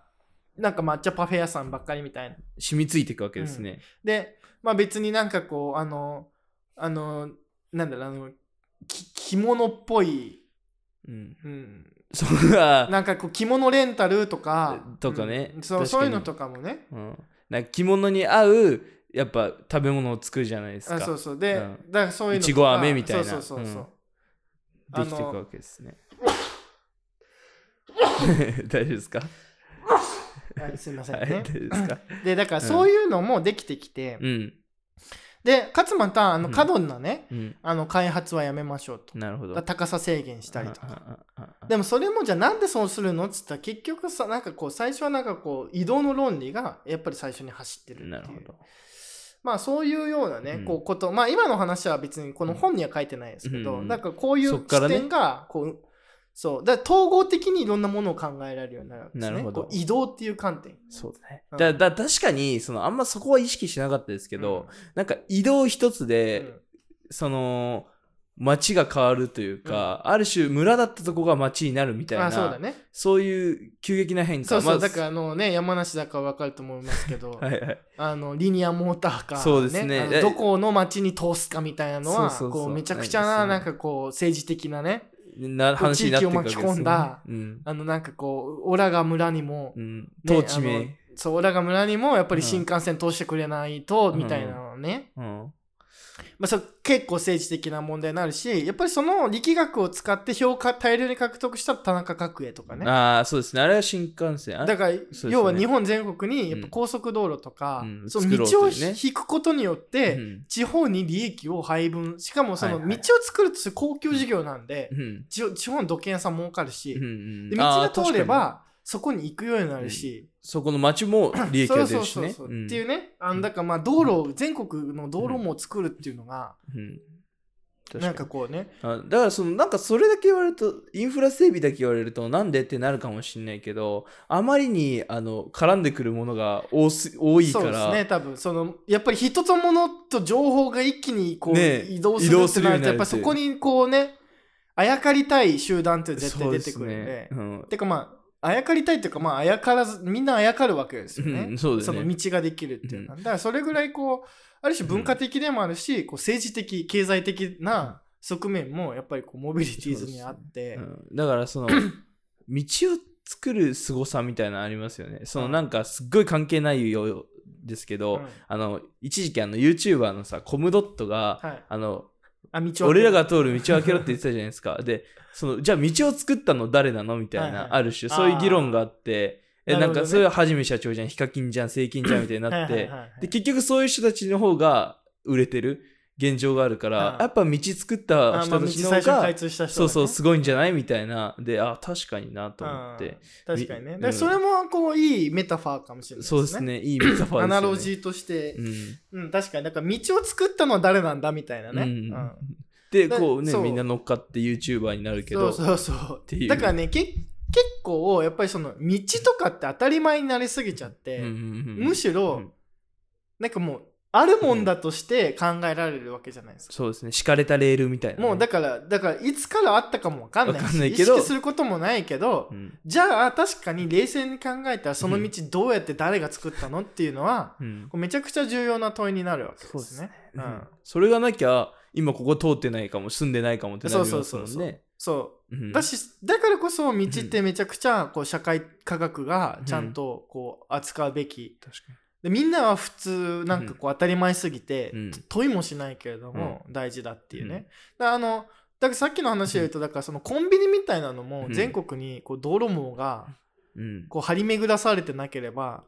S3: なんか抹茶パフェ屋さんばっかりみたいな
S2: 染みついていくわけですね、
S3: で、まあ、別になんかこうあのあのなんだろうあのき着物っぽい、
S2: うん、
S3: うん、
S2: それは
S3: なんかこう着物レンタルとか
S2: とかね
S3: うんそ
S2: 確
S3: う
S2: かに
S3: そういうのとかもね
S2: うん、なんか着物に合うやっぱ食べ物を作るじゃないですか
S3: あそうそうで、
S2: うん
S3: だからそういうのとか
S2: いちご飴みたいな
S3: そうそうそうそう、
S2: うん
S3: あの
S2: できていくわけです ね大丈夫ですか、
S3: はいすいません
S2: はい大
S3: ね
S2: 丈夫 ですか
S3: でだからそういうのもできてきて、
S2: うん
S3: でかつまたあの
S2: うん
S3: 過度なね、
S2: うん
S3: あの開発はやめましょうと
S2: なるほど
S3: だから高さ制限したりとか
S2: か
S3: でもそれもじゃあなんでそうするのっつったら結局さなんかこう最初はなんかこう移動の論理がやっぱり最初に走ってるっていう
S2: なるほど
S3: まあそういうようなね、
S2: うん
S3: こうことまあ今の話は別にこの本には書いてないですけど、
S2: うん
S3: なんかこういう
S2: そっから
S3: 視
S2: ね
S3: 点がこうそうだから統合的にいろんなものを考えられるようになるわけですね
S2: なるほど
S3: こう移動っていう観点
S2: そうだね、
S3: うん
S2: だだ確かにそのあんまそこは意識しなかったですけど、なんか移動一つ
S3: うん
S2: で、その街が変わるというか、ある種村だったとこが街になるみたいな
S3: あそうだね
S2: そういう急激な変化
S3: そうそ
S2: ま
S3: う、
S2: あ
S3: だからあのね山梨だから分かると思いますけど、
S2: はいはい
S3: あのリニアモーターカー、ね、
S2: そうですね
S3: あのどこの町に通すかみたいなのは
S2: そうそうそう
S3: こうめちゃくちゃ
S2: は
S3: ないなんかこう政治的なね
S2: な話になっていくわけです、ね、
S3: 地域を巻き込んだ
S2: うん
S3: あのなんかこうオラが村にも、
S2: うん、
S3: ね
S2: 統治名、
S3: あのそうオラが村にもやっぱり
S2: うん
S3: 新幹線通してくれないと、
S2: うん
S3: みたいなのね、
S2: うん
S3: まあ、それ結構政治的な問題になるしやっぱりその力学を使って評価大量に獲得した田中角栄とかね
S2: ああそうですねあれは新幹線あ
S3: だから、
S2: すね
S3: 要は日本全国にやっぱ
S2: うん
S3: 高速道路とか、
S2: うん
S3: その
S2: 作ろうという
S3: 道を
S2: ね
S3: 引くことによって、
S2: うん
S3: 地方に利益を配分しかもその
S2: はい
S3: 道
S2: はい
S3: を作るとして公共事業なんで、
S2: うん
S3: 地方地方の土建屋さん儲かるし、
S2: うんう
S3: で
S2: ん、
S3: 道
S2: あー
S3: が通れ
S2: 確かに
S3: ばそこに行くようになるし、
S2: そこの町も利益
S3: そう
S2: が出
S3: そう
S2: るし
S3: そう
S2: ね
S3: そうう、
S2: ん
S3: っていうねあのだからまあ道路を全国の道路も作るっていうのが、
S2: うん確
S3: なん
S2: か
S3: か
S2: に
S3: こうね
S2: あだからそのなんかそれだけ言われるとインフラ整備だけ言われるとなんでってなるかもしれないけどあまりにあの絡んでくるものが多す多い
S3: そ
S2: か
S3: う
S2: ら
S3: ですね多分そのやっぱり人と物と情報が一気にこう、
S2: ね
S3: 移動す
S2: 移
S3: る
S2: 動
S3: って
S2: する
S3: な
S2: よう
S3: る
S2: に
S3: と
S2: な
S3: や
S2: るっ
S3: っ
S2: ていう
S3: ぱそこにこうねあやかりたい集団って絶対出てくるん
S2: そ
S3: で
S2: うですねうん
S3: てかまああやかりたいっていうかまああやからずみんなあやかるわけですよね,、
S2: うんそうだよね
S3: の道ができるっていうのは、だからそれぐらいこうある種文化的でもあるし、こう政治的経済的な側面もやっぱりこうモビリティズムにあって、
S2: うんだから その道を作る凄さみたいなのありますよねそのなんかすっごい関係ないようですけど、
S3: うん
S2: あの一時期あの YouTuber のさコムドットが、
S3: はい
S2: あの
S3: あ道を
S2: 俺らが通る道を開けろって言ってたじゃないです かでそのじゃあ道を作ったの誰なのみたいな、
S3: はいはい
S2: ある種そういう議論があってえ
S3: な
S2: な
S3: るほ
S2: ん
S3: どね
S2: かそれははじめ社長じゃんヒカキンじゃんセイキンじゃんみたいになって
S3: はいはいはいはい
S2: で結局そういう人たちの方が売れてる現状があるから、
S3: うん
S2: やっぱ道作っ
S3: あま
S2: た
S3: あ
S2: 人た
S3: 道
S2: ちの
S3: 最
S2: 方
S3: 初に
S2: が
S3: 開通した人
S2: そ
S3: だ
S2: う
S3: ね
S2: そうすごいんじゃないみたいなであ確かになと思って、
S3: うん確かに
S2: み
S3: ねだからそれもこういいメタファーかもしれない
S2: そうですねいいメタファーですよね
S3: アナロジーとして、
S2: うん
S3: うん確かになんか道を作ったのは誰なんだみたいなね、
S2: うん
S3: うん
S2: で
S3: だ
S2: こうね
S3: そう
S2: みんな乗っかって YouTuber になるけど
S3: そうそうそう
S2: ていう
S3: だからねけ結構やっぱりその道とかって当たり前になりすぎちゃって、
S2: うんうんうん
S3: むしろ、
S2: うん
S3: なんかもうあるもんだとして考えられるわけじゃないですか、
S2: そうですね敷かれたレールみたいなね、
S3: もうだからだからいつからあったかもわかんないし
S2: わかんないけど
S3: 意識することもないけど、
S2: うん
S3: じゃあ確かに冷静に考えたらその道どうやって誰が作ったのっていうのは、
S2: うん
S3: こうめちゃくちゃ重要な問いになるわけ
S2: そ
S3: で
S2: うですす
S3: ね
S2: ね。
S3: う
S2: うんんそれがなきゃ今ここ通ってないかも住んでないかもってなりますもん
S3: そうそうそうそ
S2: ね
S3: そううんだしだからこそ道ってめちゃくちゃこう社会科学がちゃんとこう扱うべき
S2: 確か
S3: でみんなは普通なんかこう当たり前すぎて
S2: に。うん
S3: 問いもしないけれども大事だっていうね。だあのだからさっきの話で言うとだからそのコンビニみたいなのも
S2: うん
S3: 全国にこう道路網が
S2: うん。
S3: こう張り巡らされてなければ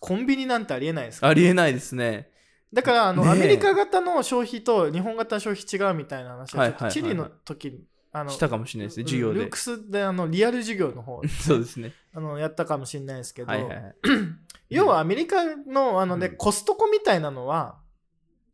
S3: コンビニなんてありえないですから
S2: ありえないですね。
S3: だからあの、
S2: ねえ
S3: アメリカ型の消費と日本型の消費違うみたいな話を
S2: はいはいはい
S3: ちょっ
S2: は
S3: と
S2: い
S3: チリの時にあの
S2: したかもしれないですね、授業
S3: ル
S2: で
S3: ー。クスであのリアル授業の方
S2: そうですね。
S3: あのやったかもしれないですけど、
S2: はいはいはい。
S3: 要はアメリカのあの、ね
S2: うん
S3: コストコみたいなのは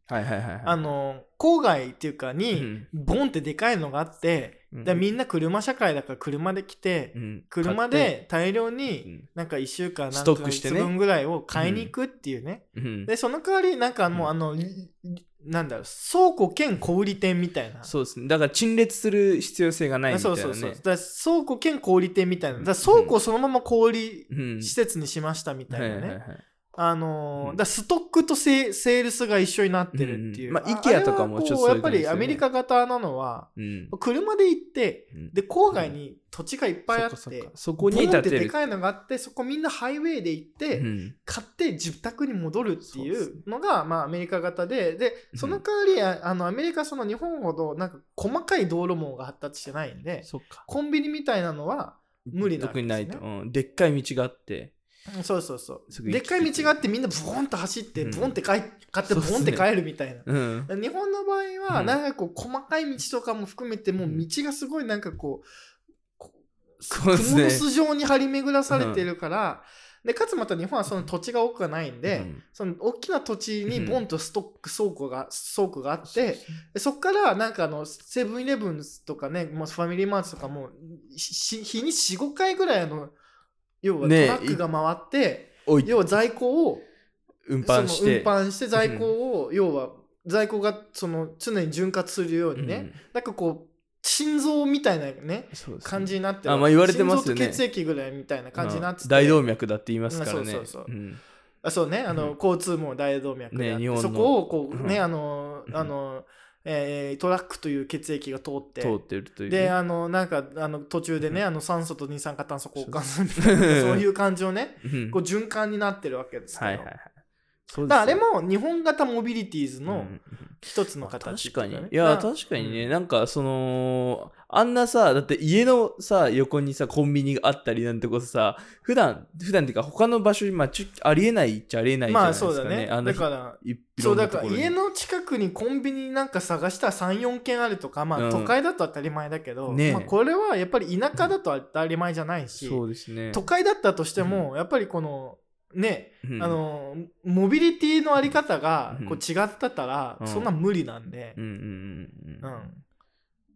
S2: はいはいはいはい。
S3: あの郊外っていうか
S2: う
S3: に、
S2: ん、
S3: ボンってでかいのがあって、
S2: うん
S3: でみんな車社会だから車で来て、
S2: うん
S3: 車、で大量
S2: 買って
S3: になんか1週間
S2: ス
S3: 何
S2: ト
S3: ヶ
S2: ックして
S3: 月
S2: ね
S3: 分ぐらいを買いに行くっていうね、
S2: うんうん
S3: でその代わりなんかもうあの、りりなんだろう倉庫兼小売店みたいな
S2: そうですね。だから陳列する必要性がないみたいな
S3: そう
S2: ね。
S3: そうそうだから倉庫兼小売店みたいなだから
S2: うん
S3: 倉庫をそのまま小売施
S2: うん。
S3: 設にしましたみたいなね、
S2: はいはいはい
S3: あのー
S2: うん
S3: だからストックとセセールスが一緒になってるっていう、
S2: うんうんまあ
S3: れは
S2: IKEA とかもちょっと
S3: こ
S2: そ
S3: う
S2: う
S3: や
S2: い
S3: っ
S2: う
S3: ぱ
S2: 感じです
S3: り
S2: よ
S3: ア
S2: ね
S3: メリカ型なのは
S2: うん
S3: 車で行って
S2: うん
S3: で郊外に土地がいっぱいあって、
S2: そっかそっかそこに
S3: ボン
S2: 建
S3: ってて
S2: る
S3: でかいのがあってそこみんなハイウェイで行って、
S2: うん
S3: 買って自宅に戻るってい
S2: そうです
S3: うのがまあアメリカ型でで
S2: うん
S3: その代わり、ああのアメリカその日本ほどなんか細かい道路網が発達してないんで
S2: そっか
S3: コンビニみたいなのは無理なわ
S2: 特
S3: け
S2: に
S3: で
S2: な
S3: すね
S2: いと、うん、でっかい道があって
S3: そうそうそ
S2: す
S3: う
S2: ぐ
S3: で
S2: 行
S3: っ
S2: き
S3: かい道があってみんなブーンと走って
S2: うん
S3: ブーンって帰っ買って
S2: そうっ
S3: ブ
S2: すね
S3: ーンって帰るみたいな。
S2: うん
S3: 日本の場合
S2: う
S3: は
S2: ん
S3: なんかこう細かい道とかも含めてもう道がすごいなんかこう
S2: そうです
S3: 蜘蛛
S2: ね
S3: の巣状に張り巡らされているから、でかつまた日本はその土地が多くはないんで、
S2: うん
S3: その大きな土地
S2: う
S3: に
S2: ん
S3: ボンとストック倉庫が倉庫があって、でそこからなんかあのセブンイレブンとかねもうファミリーマートとかもし日に45回ぐらいあの要はト
S2: ねえ
S3: ラックが回って、
S2: おい
S3: 要は在庫を
S2: 運
S3: その
S2: 搬して
S3: 運搬して在庫を、要は在庫がその常に潤滑するようにね、なんかこう心臓みたいなね
S2: うんそうですね
S3: 感じになってる
S2: あまあ言われてますよね
S3: 心臓と血液ぐらいみたいな感じになってて、
S2: うん大動脈だって言いますからね、
S3: うんそうそうそうんあそうねあの、
S2: うん
S3: 交通網大動脈であって、
S2: ね日本の
S3: そこをこうね、
S2: うん
S3: あのあの、えートラックという血液が通って
S2: 通ってるというね、
S3: であのなんかあの途中でね、あの酸素と二酸化炭素交換するみたい
S2: そう
S3: な そういう感じをね
S2: うん
S3: こう循環になってるわけですけど、
S2: はいはいはいそうですよ
S3: だからあれも日本型モビリティーズ
S2: う
S3: の
S2: ん
S3: 一つの形
S2: 確かに
S3: ってうね
S2: いや
S3: だら
S2: 確かにね、
S3: うん
S2: なんかそのあんなさだって家のさ横にさコンビニがあったりなんてことさ普段普段っていうか他の場所に、まあ、ちゅありえないっちゃありえないじゃ
S3: ま
S2: ない
S3: あ
S2: ですか
S3: そうだ
S2: ね
S3: ね
S2: あの
S3: だから
S2: いい
S3: そ
S2: ろ
S3: うん
S2: な
S3: だ
S2: と
S3: か
S2: こ
S3: ら
S2: ろに
S3: 家の近くにコンビニなんか探したら34軒あるとかま
S2: う
S3: あ
S2: ん
S3: 都会だと当たり前だけど、
S2: ねえ
S3: まあ、これはやっぱり田舎だと当たり前じゃないし、
S2: そうですね
S3: 都会だったとしてもやっぱりこのね、
S2: うん
S3: あのモビリティのあり方が
S2: うん
S3: こう違ってたら
S2: うん
S3: そんな無理なんで
S2: う、んうんうん
S3: う
S2: うんんうん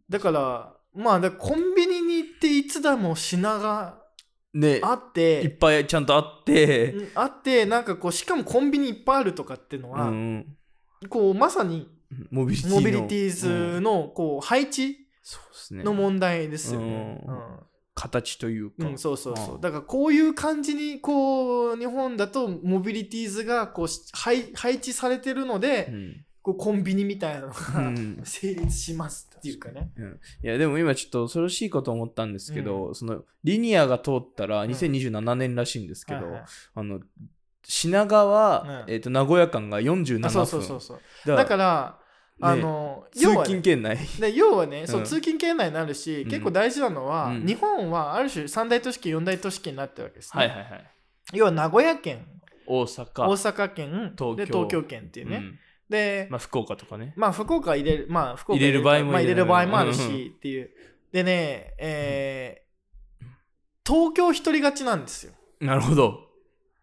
S3: だからまあだからコンビニに行っていつだも品が
S2: ね
S3: あっ。
S2: いってぱいちゃんとあって
S3: うん あってなんかこうしかもコンビニいっぱいあるとかっていうの
S2: うん
S3: は、
S2: うん
S3: こうまさに
S2: モビリティの
S3: モビリティー
S2: う
S3: ズ
S2: ん
S3: のこう配置
S2: そうですね
S3: の問題ですよね。
S2: う
S3: うんん
S2: 形というか、
S3: うん、そうそうそううんだからこういう感じにこう日本だとモビリティーズがこうし配配置されてるので、
S2: うん
S3: こうコンビニみたいなのが、
S2: うん
S3: 成立しますっていうかね。
S2: いやでも今ちょっと恐ろしいこと思ったんですけど、そのリニアが通ったら2027年らしいんですけど、
S3: はいはい
S2: あの品川、
S3: うん
S2: えっと名古屋間が47分
S3: あそうそうそうそう
S2: だ
S3: だ
S2: か
S3: から、
S2: ら、
S3: あ
S2: ね
S3: の
S2: 通
S3: 要はね
S2: 勤圏内
S3: で要はね、そう
S2: うん
S3: 通勤圏内になるし、
S2: うん
S3: 結構大事なのは、
S2: うん
S3: 日本はある種三大都市圏四大都市圏になってるわけですね、
S2: はいはいはい
S3: 要は名古屋県
S2: 大
S3: 大
S2: 阪
S3: 阪県
S2: 東京
S3: で東京県っていうね、
S2: うん
S3: で、
S2: まあ、福岡とかね
S3: まあ、福岡入れる、まあ、福岡
S2: 入れる場合も
S3: まあ
S2: 入れ
S3: 入れ
S2: る
S3: る場合もある
S2: うんうん
S3: し、っていう。でね、えー東京一人勝ちなんですよ。
S2: なるほど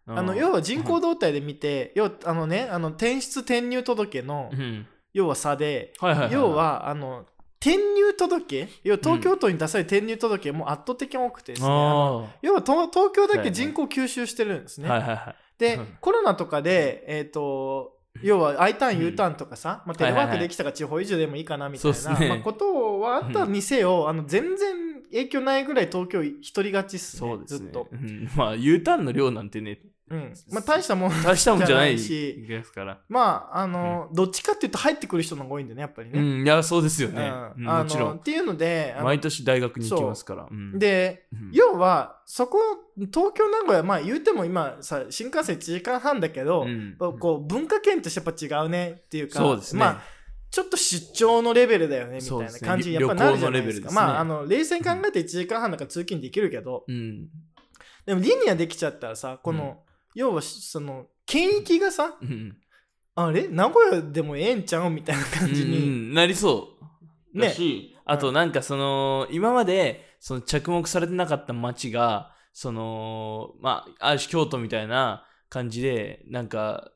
S3: あの、要は人口動態で見て、要は、あのね、あの、転出転入届の
S2: う、ん
S3: 要は差で、
S2: はいはいいい
S3: 要は、あの、転入届要は東京都に出される転入届も圧倒的に多くてですね。あの
S2: あ
S3: 要は東東京だけ人口吸収してるんです
S2: あ、
S3: ね。
S2: はいはいはい
S3: で、
S2: うん
S3: コロナとかで、えー、と要は I ターン U ターンとかさ、まあ、テレワークできたから地方移住でもいいかなみたい
S2: そうっ
S3: な、
S2: すね
S3: まあ、ことはあったにせよ、あの全然影響ないぐらい東京一人勝ちっすね
S2: そうですね
S3: ずっと。
S2: うんまあ U ターンの量なんてね
S3: うんまあ、大したもん
S2: 大したもんじゃない
S3: じゃないし
S2: ですから。
S3: まああの、どっちかっていうと入ってくる人の方が多いんだねやっぱりね、
S2: う
S3: うん
S2: ん、いや、そうですよね。うん
S3: あ
S2: も
S3: の
S2: ちろ
S3: っ
S2: ん。
S3: ていうのであの
S2: 毎年大学に行きますから。うん、
S3: で
S2: うん、
S3: 要はそこ東京名古屋まあ言うても今さ新幹線1時間半だけ
S2: う
S3: ど、
S2: ん
S3: やっぱこう文化圏としてやっぱ違うねっていうか
S2: そうですね。
S3: まあ、ちょっと出張のレベルだよねみた
S2: そうで
S3: い
S2: す
S3: な
S2: ね
S3: 感じにやっぱなるじゃない
S2: 旅行のレベ
S3: です
S2: ル
S3: か
S2: ですね
S3: まああの冷静に考えて1時間半だから通勤できるけど、
S2: うん。
S3: でもリニアできちゃったらさこの、
S2: うん
S3: 要はその県域がさ
S2: うん。
S3: あれ名古屋でもええんちゃうみたいな感じ
S2: うんう
S3: に、
S2: んなりそう。
S3: ね
S2: だし、あとなんかその、今までその着目されてなかった街が、その、まあ、ある種京都みたいな感じで、なんか、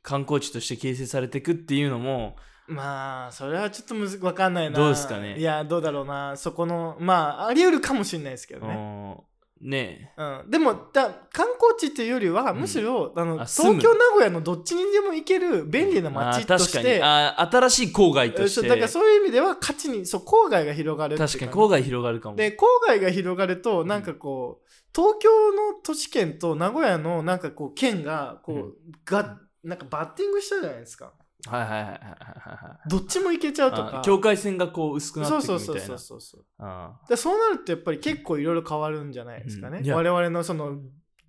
S2: 観光地として形成されていくっていうのも、
S3: まあそれはちょっとむずわかんないな
S2: どうですかね
S3: いやどうだろうなそこのまああり得るかもしれないですけどね、
S2: うんね
S3: うん、でもだ観光地っていうよりは
S2: うん
S3: むしろ、あの
S2: あ住む
S3: 東京名古屋のどっちにでも行ける便利な街とし
S2: あ確か
S3: て
S2: にあ新しい郊外
S3: う
S2: と
S3: ん
S2: し
S3: そう
S2: て
S3: だからそういう意味では価値にそう郊外が広がるっていう
S2: 確かに
S3: 感
S2: 郊外広がるかも
S3: じで郊外が広がるとなんかこう、東京の都市圏と名古屋のなんかこう県がこう、
S2: うん
S3: がなんかバッティングしたじゃないですか
S2: はいはいはいはいはいはい
S3: どっちも行けちゃうと
S2: あ
S3: か
S2: 境界線がこう薄くなって
S3: そう
S2: いく
S3: そ
S2: み
S3: う
S2: た
S3: そう
S2: いな
S3: そうそうそう
S2: あ
S3: でそうなるとやっぱり結構いろいろ変わるんじゃないですかね、
S2: うんいや
S3: 我々のその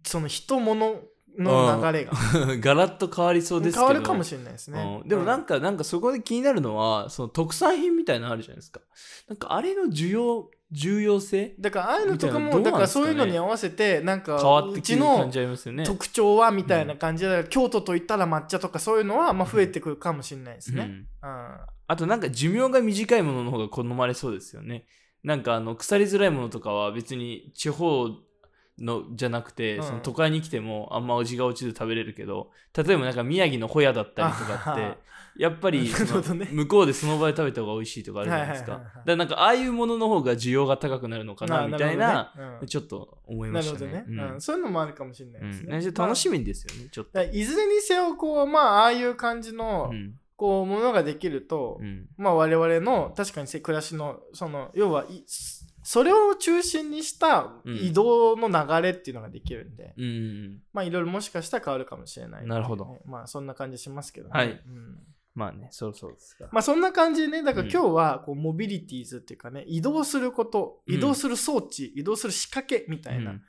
S3: その人物の流れが
S2: あ ガラッと変わりそうですけ
S3: 変
S2: ど
S3: わるかもしれないですね、
S2: うんでもなん
S3: か、
S2: か、なんかそこで気になるのはその特産品みたいなのあるじゃないですかなんかあれの需要重要性
S3: だからああいうのとか
S2: み
S3: も
S2: たいな
S3: だ
S2: どう
S3: か
S2: なん
S3: ら
S2: ですか
S3: そ
S2: ね
S3: ういうのに合わせてなんか
S2: 変わっ
S3: う
S2: てき
S3: ち
S2: て感
S3: の
S2: じちゃいますよね
S3: 特徴はみたいな感じで、京都といったら抹茶とかそういうのはまあ増えてくるかもしれないです
S2: う
S3: ね、
S2: ん
S3: うん
S2: あとなんか寿命が短いものの方が好まれそうですよね。なんかあの腐りづらいものとかは別に地方のじゃなくて、
S3: うん
S2: その都会に来てもあんまおじが落ちず食べれるけど例えばなんか宮城のホヤだったりとか
S3: あは
S2: っ
S3: は
S2: てやっぱり
S3: なるほどね
S2: その向こうでその場で食べた方が美味しいとかあるじゃないですか。
S3: はい
S2: だ
S3: は
S2: か
S3: いはいはい
S2: らなんかああいうものの方が需要が高くなるのかなみたいなちょっと思い
S3: な
S2: ま
S3: る
S2: し
S3: ほ
S2: た
S3: どね
S2: ね。
S3: うんうんそういうのもあるかもしれない
S2: うん
S3: です
S2: う
S3: ね、
S2: ん楽しみですよねちょっと。
S3: まあだからいずれにせよこうまあああいう感じの
S2: うん
S3: こうものができると、
S2: うん
S3: まあ、我々の確かにせ暮らしのその要はいそれを中心にした
S2: うん
S3: 移動の流れっていうのができるんで、
S2: うん
S3: まあいろいろもしかしたら変わるかもしれないっていうね、
S2: なるほど
S3: まあそんな感じしますけどね、
S2: はい
S3: うん
S2: まあねそろそろですか。
S3: まあそんな感じでねだから
S2: うん
S3: 今日はこうモビリティーズっていうかね移動すること
S2: うん
S3: 移動する装置、移動する仕掛けみたいな、
S2: うん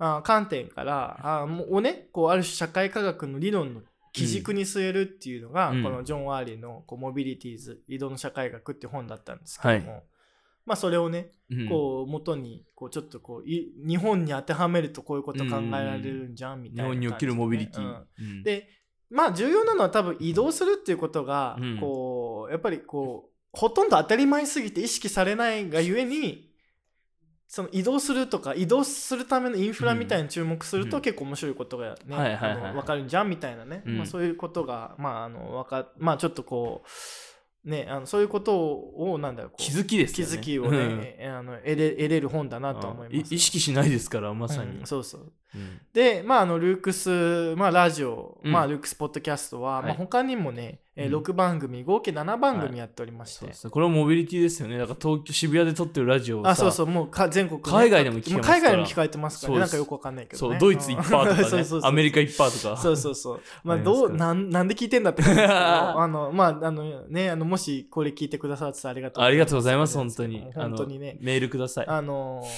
S3: あー観点からあーもうをねこうある種社会科学の理論の基軸に据えるっていうのが、
S2: うん
S3: このジョン・ワーリーのこう「モビリティーズ移動の社会学」っていう本だったんですけども、まあそれをね
S2: うん
S3: こう元にこうちょっとこうい日本に当てはめるとこういうこと考えられるんじゃんみた
S2: 日
S3: いな感
S2: 本
S3: じでね、
S2: におけるモビリティ。
S3: うん
S2: うん
S3: でまあ重要なのは多分移動するっていうことが、
S2: うん
S3: こうやっぱりこうほとんど当たり前すぎて意識されないがゆえにその移動するとか移動するためのインフラみたいに注目する
S2: う
S3: と
S2: ん
S3: 結構面白いことがね、
S2: はいはいはいはい
S3: あの分かるんじゃんみたいなね、
S2: うん
S3: まあ、そういうことがまああのわかまあちょっとこうねあのそういうことをなんだろうこう
S2: 気づきです
S3: 気
S2: よね
S3: づきをね、えあの得れ得れる本だなと思
S2: うん
S3: います。
S2: 意識しないですからまさに、
S3: うんそうそう
S2: うん
S3: で、まあ、あのルークス、まあ、ラジオ、
S2: うん
S3: まあ、ルークスポッドキャストは、
S2: はい
S3: まあ、他にもね、えー
S2: うん
S3: 6番組、合計7番組やっておりまして、
S2: そうですねこれはモビリティですよねだから東京渋谷で撮ってるラジオをさ
S3: あそうそうもうか全国ね、
S2: 海外でも聞けますから
S3: もう海外でも聞かれてますから、ね、
S2: そうで
S3: なん
S2: す
S3: かよくわかんないけど、ね、
S2: そうドイツ1%パーとか
S3: そう
S2: ね
S3: そうそう
S2: アメリカ1%パーとか
S3: そうそう そうまあ
S2: あります
S3: ど
S2: から
S3: うなんなんで聞いてんだって感じで すけどあのまああのねあのもしこれ聞いてくださってたらありがとう
S2: ありがとうございます本当
S3: も
S2: に
S3: う本当に
S2: あ
S3: ね
S2: のメールください
S3: あの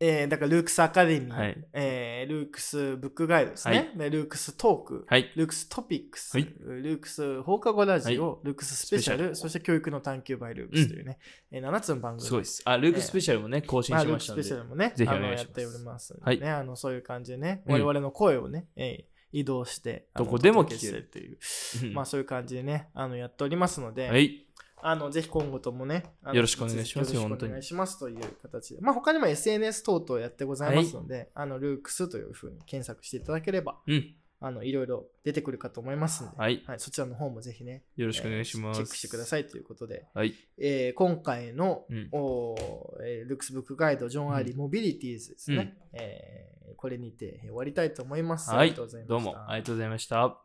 S3: えーだからルークスアカデミー、
S2: はい
S3: えールークスブックガイドですね、
S2: はい
S3: でルークストーク、
S2: はい
S3: ルークストピックス、
S2: はい
S3: ルークス放課後ラジオ、ルークススペシャ
S2: スペ
S3: ル、そして教育の探求 by ルークスというね、えー7つの番組。
S2: すごいですあルークスペシャルもね更新
S3: まあ
S2: し
S3: ルー
S2: ま
S3: ク
S2: した
S3: ス
S2: ん
S3: ス
S2: で、
S3: ペシャルもね、
S2: ぜひお
S3: あ
S2: 願
S3: の
S2: いします
S3: やっておりますんで
S2: はい
S3: ね、あのそういう感じでね、
S2: うん
S3: 我々の声をね、えー移動して、あの
S2: どこでも
S3: お届
S2: 聞け
S3: して
S2: るっていう、うん
S3: まあそういう感じでね、あのやっておりますので、
S2: はい
S3: あのぜひ今後ともね、あの
S2: よろしくお願いします
S3: よろ
S2: 本
S3: しく
S2: 当
S3: お
S2: に
S3: 願いしますという形で、まあ他にも SNS 等々やってございますので、あのルークスというふうに検索していただければ、
S2: うん
S3: あのいろいろ出てくるかと思いますので、
S2: はい
S3: そちらの方もぜひね、
S2: よろしくお願いします、
S3: えーチェックしてくださいということで、
S2: いはい
S3: えー今回の、
S2: うん
S3: おーえールックスブックガイド、ジョン・アーリー、モビリティーズですね、
S2: うん
S3: えーこれにて終わりたいと思います。
S2: はい
S3: ありがとうございました。
S2: どうもありがとうございました